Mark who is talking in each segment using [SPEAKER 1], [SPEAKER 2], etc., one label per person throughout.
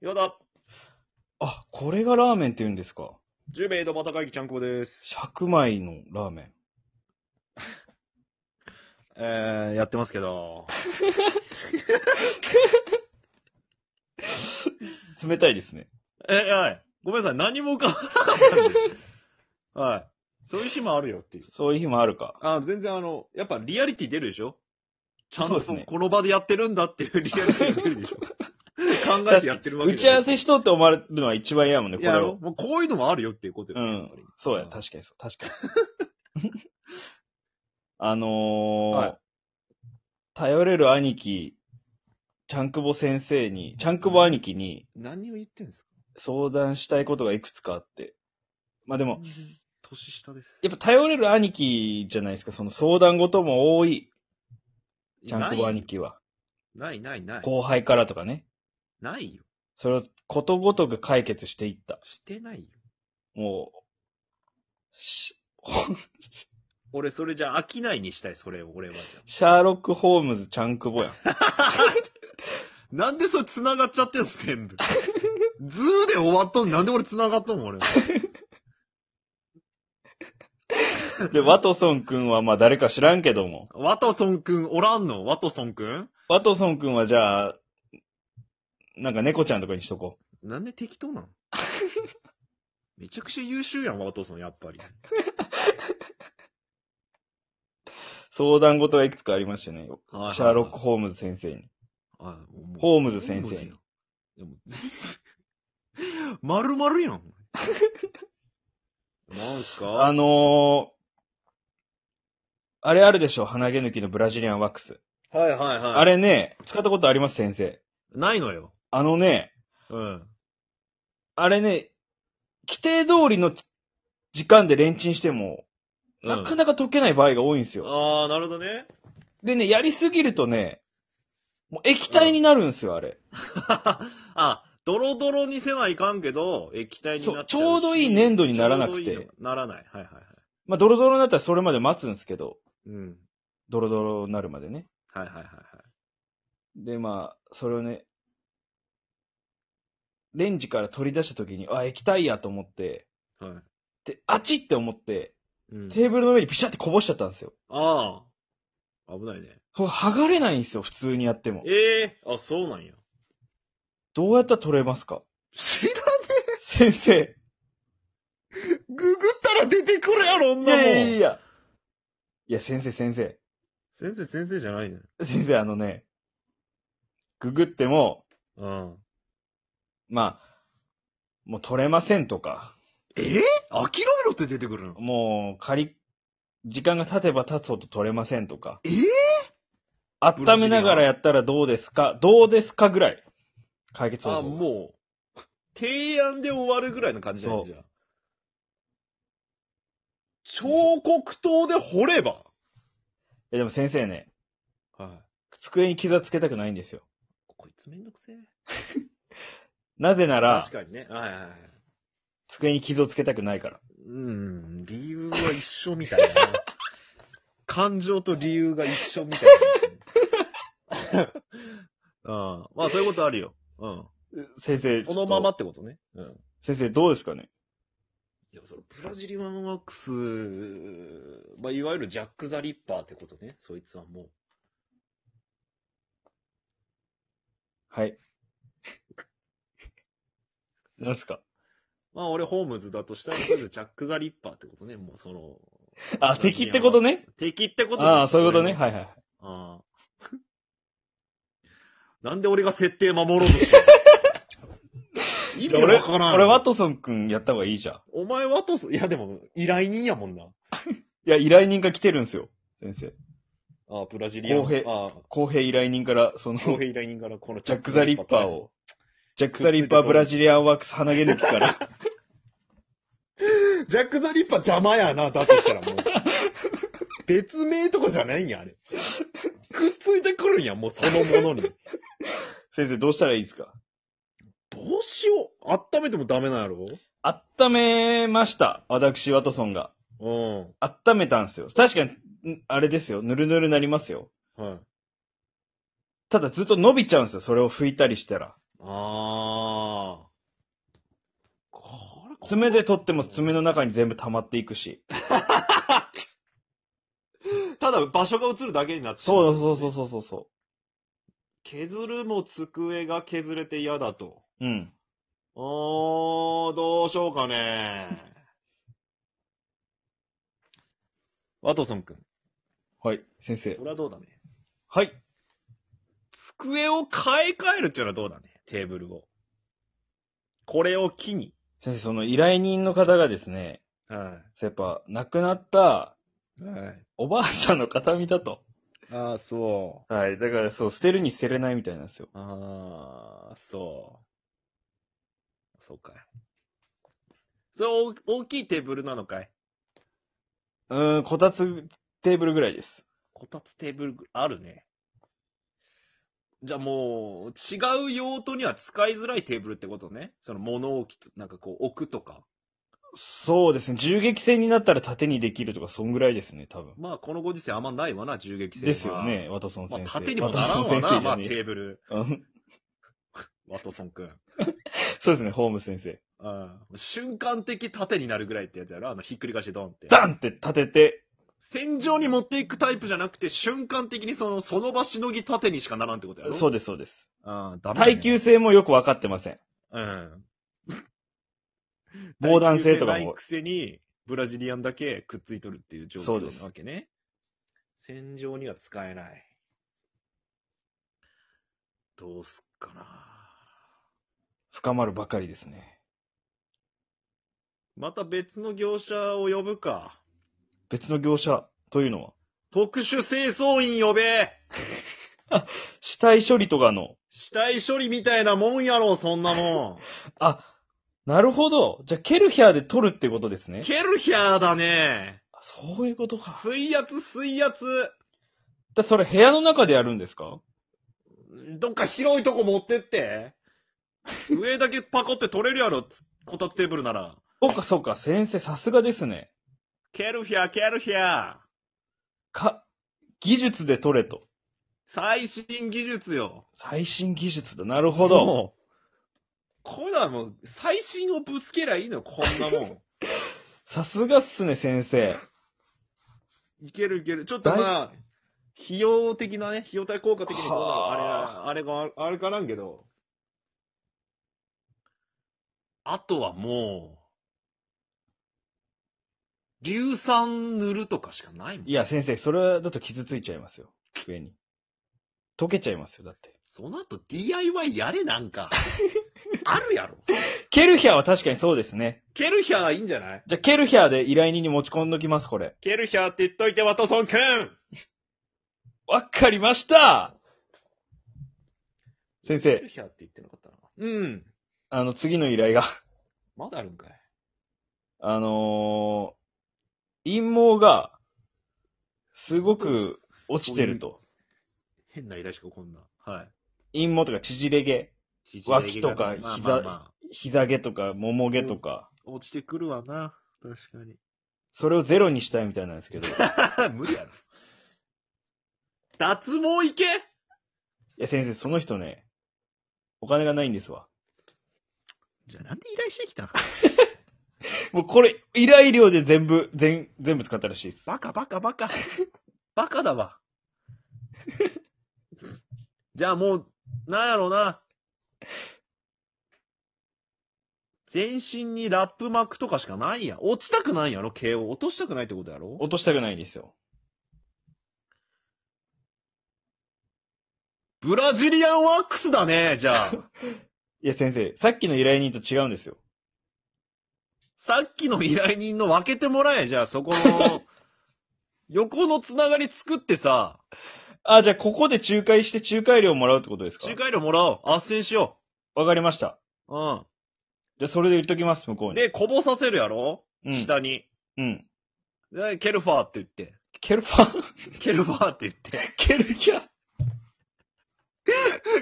[SPEAKER 1] 岩田、
[SPEAKER 2] あ、これがラーメンって言うんですか。
[SPEAKER 1] 10名とまた会議ちゃんこです。
[SPEAKER 2] 100枚のラーメン。
[SPEAKER 1] えー、やってますけど。
[SPEAKER 2] 冷たいですね。
[SPEAKER 1] え、はい。ごめんなさい、何も変わらなかったんで。 はい。そういう日もあるよっていう。
[SPEAKER 2] そういう日もあるか。
[SPEAKER 1] あ、全然あの、やっぱリアリティ出るでしょちゃん
[SPEAKER 2] そ
[SPEAKER 1] と
[SPEAKER 2] うですね
[SPEAKER 1] この場でやってるんだっていうリアリティが出る でしょ考えてやってるわけ
[SPEAKER 2] 打ち合わ
[SPEAKER 1] せ
[SPEAKER 2] せしとうって思われるのは一番嫌やもんね、
[SPEAKER 1] い
[SPEAKER 2] こ
[SPEAKER 1] や、あ
[SPEAKER 2] れ
[SPEAKER 1] の
[SPEAKER 2] を。
[SPEAKER 1] もうこういうのもあるよっていうこと
[SPEAKER 2] う
[SPEAKER 1] よね、やっ
[SPEAKER 2] ん
[SPEAKER 1] ぱり。
[SPEAKER 2] そうや、
[SPEAKER 1] ん
[SPEAKER 2] 確かにそう、確かに。 あのー
[SPEAKER 1] はい
[SPEAKER 2] 頼れる兄貴、ちゃんくぼ先生に、ちゃんくぼ兄貴に
[SPEAKER 1] 何を言ってんですか
[SPEAKER 2] 相談したいことがいくつかあって。まあでも、
[SPEAKER 1] 全然年下です。
[SPEAKER 2] やっぱ頼れる兄貴じゃないですか、その相談事も多い、ちゃんくぼ兄貴は。
[SPEAKER 1] ないないない。
[SPEAKER 2] 後輩からとかね。
[SPEAKER 1] ないよ。
[SPEAKER 2] それをことごとく解決していった。
[SPEAKER 1] してないよ。
[SPEAKER 2] もう、し
[SPEAKER 1] 俺、それじゃあ飽きないにしたい、それを、俺はじゃあ。
[SPEAKER 2] シャーロック・ホームズ・チャンクボやん。
[SPEAKER 1] なんでそれ繋がっちゃってんの全部。 ズーで終わっとんのなんで俺繋がっとんの俺。
[SPEAKER 2] で、ワトソン君はまあ誰か知らんけども。
[SPEAKER 1] ワトソンくんおらんのワトソンくん
[SPEAKER 2] ワトソン君はじゃあ、なんか猫ちゃんとかにしとこ
[SPEAKER 1] なんで適当 なんめちゃくちゃ優秀やん、ワトソン、やっぱり。
[SPEAKER 2] う。相談事がいくつかありましたね。シャーロック・ホームズ先生に。
[SPEAKER 1] あもう
[SPEAKER 2] ホームズ先
[SPEAKER 1] ホ
[SPEAKER 2] 生
[SPEAKER 1] ームズやんでも全然丸々やん。 なんすか
[SPEAKER 2] あのー、あれあるでしょ鼻毛抜きのブラジリアンワックス。
[SPEAKER 1] はいはいはい。
[SPEAKER 2] あれね、使ったことあります先生。
[SPEAKER 1] ないのよ。
[SPEAKER 2] あのね、
[SPEAKER 1] うん。
[SPEAKER 2] あれね、規定通りの時間でレンチンしても、なかなか溶けない場合が多いんですよ。
[SPEAKER 1] ああ、なるほどね。
[SPEAKER 2] でね、やりすぎるとね、もう液体になるんですよ、あれ。
[SPEAKER 1] あ、ドロドロにせないかんけど、液体になっちゃうし
[SPEAKER 2] そうちょうどいい粘土にならなくて
[SPEAKER 1] ちょうどいいのならない。はいはいはい。
[SPEAKER 2] まあ、ドロドロになったらそれまで待つんですけど、
[SPEAKER 1] うん。
[SPEAKER 2] ドロドロになるまでね。
[SPEAKER 1] はいはいはいはい。
[SPEAKER 2] で、まあ、それをね、レンジから取り出した時に、あ、液体やと思って、
[SPEAKER 1] はい。
[SPEAKER 2] で、あちって思って、
[SPEAKER 1] うん、
[SPEAKER 2] テーブルの上にピシャってこぼしちゃったんですよ。
[SPEAKER 1] ああ。危ないね。
[SPEAKER 2] これ剥がれないんですよ、普通にやっても。
[SPEAKER 1] ええあ、そうなんや。
[SPEAKER 2] どうやったら取れますか
[SPEAKER 1] 知らん
[SPEAKER 2] 先生。
[SPEAKER 1] ググったら出てくるやろ、
[SPEAKER 2] い
[SPEAKER 1] 女
[SPEAKER 2] やいやいや。いや、先生、先生。
[SPEAKER 1] 先生、先生じゃないね。
[SPEAKER 2] 先生、あのね、ググっても、
[SPEAKER 1] うん。
[SPEAKER 2] まあ、もう取れませんとか、
[SPEAKER 1] えー、諦めろって出てくるの
[SPEAKER 2] もう、仮、時間が経てば経つほど取れませんとか、
[SPEAKER 1] えブラジリア
[SPEAKER 2] 温め
[SPEAKER 1] ン
[SPEAKER 2] ながらやったらどうですかどうですかぐらい。解決
[SPEAKER 1] ー、
[SPEAKER 2] 方
[SPEAKER 1] あ、
[SPEAKER 2] 法。
[SPEAKER 1] もう、提案で終わるぐらいの感じなんや
[SPEAKER 2] そう
[SPEAKER 1] じゃあ彫刻刀で掘れば。
[SPEAKER 2] いやでも先生ね、
[SPEAKER 1] はい。
[SPEAKER 2] 机に傷はつけたくないんですよ。
[SPEAKER 1] こいつめんどくせえ。
[SPEAKER 2] なぜなら
[SPEAKER 1] 確、かにね。はいはいはい。
[SPEAKER 2] 机に傷をつけたくないから。
[SPEAKER 1] うん、理由は一緒みたい な。感情と理由が一緒みたい な。うん、まあそういうことあるよ。うん。
[SPEAKER 2] 先生、
[SPEAKER 1] そのまま
[SPEAKER 2] ちょ
[SPEAKER 1] ってこ
[SPEAKER 2] っと。
[SPEAKER 1] とね。うん。
[SPEAKER 2] 先生、どうですかね
[SPEAKER 1] いや、そのブラジリアンワックス、まあいわゆるジャック・ザ・リッパーってことね。そいつはもう。
[SPEAKER 2] はい。 なんすか
[SPEAKER 1] まあ俺ホームズだとしたら、とりあえずジャック・ザ・リッパーってことね。もうその。
[SPEAKER 2] あ、敵ってことね。。
[SPEAKER 1] 敵ってことね
[SPEAKER 2] ああ、そういうことね。はいはい。
[SPEAKER 1] ああ。なんで俺が設定守ろうとしてる 意味
[SPEAKER 2] 俺、
[SPEAKER 1] わからん。
[SPEAKER 2] 俺、ワトソン君やった方がいいじゃん。
[SPEAKER 1] お前ワトス、いやでも、依頼人やもんな。
[SPEAKER 2] いや、依頼人が来てるんですよ。先生。
[SPEAKER 1] ああ、ブラジリアン。
[SPEAKER 2] 公平
[SPEAKER 1] ああ、
[SPEAKER 2] 公平依頼人から、その、
[SPEAKER 1] 公
[SPEAKER 2] ジ
[SPEAKER 1] 平依頼人からこの
[SPEAKER 2] ャック・ザ・リッパー。を、ジャック・ザ・リッパーブラジリアンワックス鼻毛抜 きから、
[SPEAKER 1] ジャック・ザ・リッパー邪魔やな、だとしたら もう。別名とかじゃないんや、あれ。くっついてくるんや、もうそのも のに。
[SPEAKER 2] 先生どうしたらいいですか
[SPEAKER 1] どうしよう。温めてもダメなんやろ
[SPEAKER 2] 温めました。私、ワトソンが。
[SPEAKER 1] う
[SPEAKER 2] 温めたんですよ。確かに、んあれですよ。ぬるぬるなりますよ。
[SPEAKER 1] ん。はい。
[SPEAKER 2] ただずっと伸びちゃうんですよ。それを拭いたりしたら。
[SPEAKER 1] あ
[SPEAKER 2] 爪で取っても爪の中に全部溜まっていくし。
[SPEAKER 1] ただ場所が映るだけになってしま
[SPEAKER 2] そうそうそうそうそうそ
[SPEAKER 1] 削るも机が削れて嫌だと。
[SPEAKER 2] う。うん。
[SPEAKER 1] おー、どうしようかね。ワトソン君。
[SPEAKER 2] はい、先生。
[SPEAKER 1] これはどうだね。
[SPEAKER 2] はい。
[SPEAKER 1] 机を買い替えるっていうのはどうだね。テーブルを。これを機に。
[SPEAKER 2] 先生、その依頼人の方がですね、
[SPEAKER 1] は
[SPEAKER 2] やっぱ亡くなった
[SPEAKER 1] い。はい。
[SPEAKER 2] おばあちゃんの形見だと。
[SPEAKER 1] ああ、そ
[SPEAKER 2] はい。だからそう、捨てるに捨てれないみたいなんですよ。
[SPEAKER 1] う。ああ、そう。そうかい。それお大きいテーブルなのかいう
[SPEAKER 2] ーん、こたつテーブルぐらいです。
[SPEAKER 1] こたつテーブルぐ、あるね。じゃあもう、違う用途には使いづらいテーブルってことね。その物置と、なんかこう置くとか。
[SPEAKER 2] そうですね。銃撃戦になったら縦にできるとか、そんぐらいですね、多分。
[SPEAKER 1] まあこのご時世あんまないわな、銃撃戦は。
[SPEAKER 2] ですよ。ね、ワトソン
[SPEAKER 1] まあ
[SPEAKER 2] 先生。
[SPEAKER 1] 縦にもならんわな、まあテーブル。
[SPEAKER 2] ブル。
[SPEAKER 1] ワトソン君。
[SPEAKER 2] そうですね、ホームズ先生。
[SPEAKER 1] うん。瞬間的縦になるぐらいってやつやろあの、ひっくり返してドンって。
[SPEAKER 2] ダンって立てて、
[SPEAKER 1] 戦場に持っていくタイプじゃなくて、瞬間的にその、その場しのぎ縦にしかならんってことやろ。
[SPEAKER 2] そううです、そうです。
[SPEAKER 1] うん、ダメだね
[SPEAKER 2] 耐久性もよくわかってません。
[SPEAKER 1] うん。
[SPEAKER 2] 防弾性とかも
[SPEAKER 1] 耐久ないくせに、ブラジリアンだけくっついとるっていう状
[SPEAKER 2] そう
[SPEAKER 1] 況
[SPEAKER 2] です
[SPEAKER 1] なわけね。戦場には使えない。どうすっかな。
[SPEAKER 2] 深まるばかりですね。
[SPEAKER 1] また別の業者を呼ぶか。
[SPEAKER 2] 別の業者というのは、
[SPEAKER 1] 特殊清掃員呼べ
[SPEAKER 2] 死体処理とかの、
[SPEAKER 1] 死体処理みたいなもんやろ、そんなも
[SPEAKER 2] あ、なるほど。じゃあ、ケルヒャーで取るってこと です
[SPEAKER 1] ん。
[SPEAKER 2] ね。
[SPEAKER 1] ケルヒャーだね。
[SPEAKER 2] あそういうことか。
[SPEAKER 1] 水圧、水圧。
[SPEAKER 2] だそれ部屋の中でやるんですか
[SPEAKER 1] どっか広いとこ持ってって。上だけパコって取れるやろ、つこたつテーブルなら。
[SPEAKER 2] そうか、そうか、先生、さすがですね。
[SPEAKER 1] ケルヒャー、ケルヒャー。
[SPEAKER 2] か、技術で取れと。
[SPEAKER 1] 最新技術よ。
[SPEAKER 2] 最新技術だ。なるほど。
[SPEAKER 1] もう。こういうのはもう、最新をぶつけりゃいいのよ、こんなもん。
[SPEAKER 2] さすがっすね、先生。
[SPEAKER 1] いけるいける。ちょっとまあ、費用的なね、費用対効果的にどうなる
[SPEAKER 2] は
[SPEAKER 1] あれ、あれが、あれかなんけど。あとはもう、硫酸塗るとかしかないもん。
[SPEAKER 2] いや、先生、それだと傷ついちゃいますよ。上に。溶けちゃいますよ、だって。
[SPEAKER 1] その後 DIY やれなんか。 あるやろ。
[SPEAKER 2] ケルヒャーは確かにそうですね。
[SPEAKER 1] ケルヒャーいいんじゃない
[SPEAKER 2] じゃあ、ケルヒャーで依頼人に持ち込んどきます、これ。
[SPEAKER 1] ケルヒャーって言っといて、ワトソンくん
[SPEAKER 2] わかりました
[SPEAKER 1] ケ
[SPEAKER 2] 先生
[SPEAKER 1] ル、ヒャーって言ってなかったな。うん。
[SPEAKER 2] あの、次の依頼が、
[SPEAKER 1] まだあるんかい。
[SPEAKER 2] あのー、陰謀が、すごく落ちてると。
[SPEAKER 1] 変な依頼しかこんな。はい。
[SPEAKER 2] 陰謀とか縮れ毛、脇とか
[SPEAKER 1] まあ
[SPEAKER 2] 膝
[SPEAKER 1] まあまあ
[SPEAKER 2] 膝毛とか桃毛とか、
[SPEAKER 1] 落ちてくるわな。確かに。
[SPEAKER 2] それをゼロにしたいみたいなん ですけど。い
[SPEAKER 1] 無理やろ。脱毛いけ
[SPEAKER 2] や、先生、その人ね、お金がないんですわ。
[SPEAKER 1] じゃあなんで依頼してきたの
[SPEAKER 2] もうこれ、依頼料で全部、全、全部使ったらしいです。
[SPEAKER 1] バカバカバカ。 バカだわ。 じゃあもう、なんやろな。全身にラップ巻くとかしかないやん。落ちたくないんやろ毛を落としたくないってことやろ
[SPEAKER 2] 落としたくないんですよ。
[SPEAKER 1] ブラジリアンワックスだね、じゃあ。
[SPEAKER 2] いや、先生、さっきの依頼人と違うんですよ。
[SPEAKER 1] さっきの依頼人の分けてもらえ、じゃあそこ の、横のつながり作ってさ、
[SPEAKER 2] あ、じゃあ、ここで仲介して仲介料もらうってことですか
[SPEAKER 1] 仲介料もらおう。斡旋しよ
[SPEAKER 2] わかりました。
[SPEAKER 1] う。う。
[SPEAKER 2] じゃあ、それで言っときます、向こうんに。
[SPEAKER 1] で、こぼさせるやろ、
[SPEAKER 2] うん、
[SPEAKER 1] 下に。
[SPEAKER 2] うん。
[SPEAKER 1] で、ケルファーって言って。
[SPEAKER 2] ケルファー、
[SPEAKER 1] ケルファーって言って。
[SPEAKER 2] ケルキャ、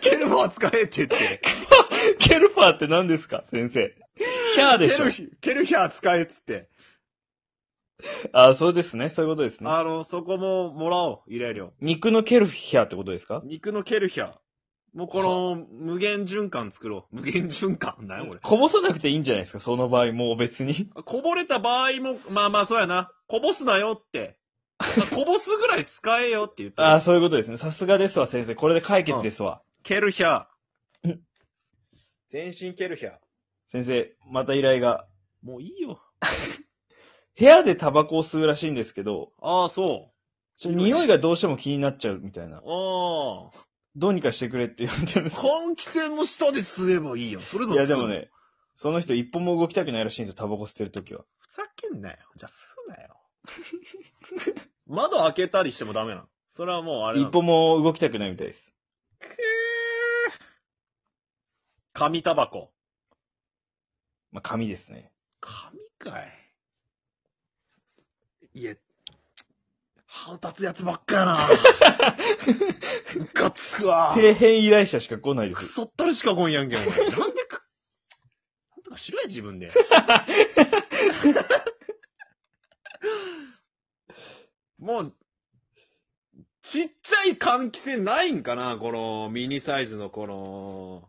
[SPEAKER 1] ケルファー使えって言って。
[SPEAKER 2] ケルファーって何ですか、先生。キャーで
[SPEAKER 1] ケ
[SPEAKER 2] しょ
[SPEAKER 1] ル。ヒ、ケルヒャー使えっつって。
[SPEAKER 2] あ、そうですね、そういうことですね。
[SPEAKER 1] あの、そこももらおう、依頼料。
[SPEAKER 2] 肉のケルヒャーってことですか
[SPEAKER 1] 肉のケルヒャー。もうこの、無限循環作ろう。無限循環だよ、これ。
[SPEAKER 2] こぼさなくていいんじゃないですか、その場合、もう別に。
[SPEAKER 1] こぼれた場合も、まあまあ、そうやな。こぼすなよって。こぼすぐらい使えよって言ってる。
[SPEAKER 2] ああ、そういうことですね。さすがですわ、先生。これで解決ですわ。
[SPEAKER 1] ケルヒャ
[SPEAKER 2] う
[SPEAKER 1] ー。全身ケルヒャー。
[SPEAKER 2] 先生、また依頼が。
[SPEAKER 1] もういいよ。
[SPEAKER 2] 部屋でタバコを吸うらしいんですけど、
[SPEAKER 1] ああ、そ
[SPEAKER 2] ちょ匂いがどうしても気になっちゃうみたいな
[SPEAKER 1] う。。 ああ。
[SPEAKER 2] どうにかしてくれって言われてるんです
[SPEAKER 1] 換気扇の下で吸えばいいよ。それの
[SPEAKER 2] いや、でも。ね、その人一歩も動きたくないらしいんですよ、タバコ吸ってるときは。
[SPEAKER 1] ふざけんなよ。じゃあ吸うな よ。窓開けたりしてもダメなの。それはもうあれな
[SPEAKER 2] 一
[SPEAKER 1] の。
[SPEAKER 2] 歩も動きたくないみたいです。
[SPEAKER 1] 紙タバコ。
[SPEAKER 2] まあ、紙ですね。
[SPEAKER 1] 紙かい。いや、腹立つやつばっかやな。 ムカつくわ。
[SPEAKER 2] 底辺依頼者しか来ないで
[SPEAKER 1] く
[SPEAKER 2] す。
[SPEAKER 1] そったるしか来んやんけ、お前。なんでか、なんとかしろや、自分で。 もう、ちっちゃい換気扇ないんかなこの、ミニサイズのこの、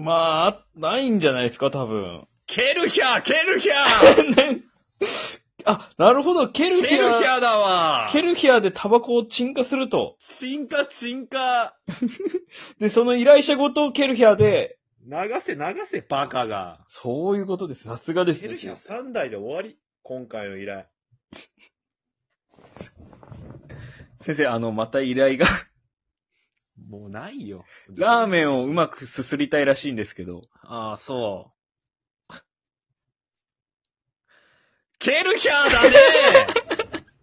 [SPEAKER 2] まあ、ないんじゃないですか、多分。
[SPEAKER 1] ケルヒャーケルヒャー
[SPEAKER 2] あ、なるほど、ケルヒ
[SPEAKER 1] ケルヒ
[SPEAKER 2] ャー。
[SPEAKER 1] ャーだわ
[SPEAKER 2] ケルヒャーでタバコを鎮火すると。
[SPEAKER 1] チンカチンカ
[SPEAKER 2] で、その依頼者ごとケルヒャーで、
[SPEAKER 1] 流せ流せ、バカが。
[SPEAKER 2] そういうことです。さすがです
[SPEAKER 1] ケ
[SPEAKER 2] ね
[SPEAKER 1] ル。ヒャー3台で終わり今回の依頼。
[SPEAKER 2] 先生、あの、また依頼が、
[SPEAKER 1] もうないよ。
[SPEAKER 2] ラーメンをうまくすすりたいらしいんですけど。
[SPEAKER 1] ああ、そう。ケルヒャーだね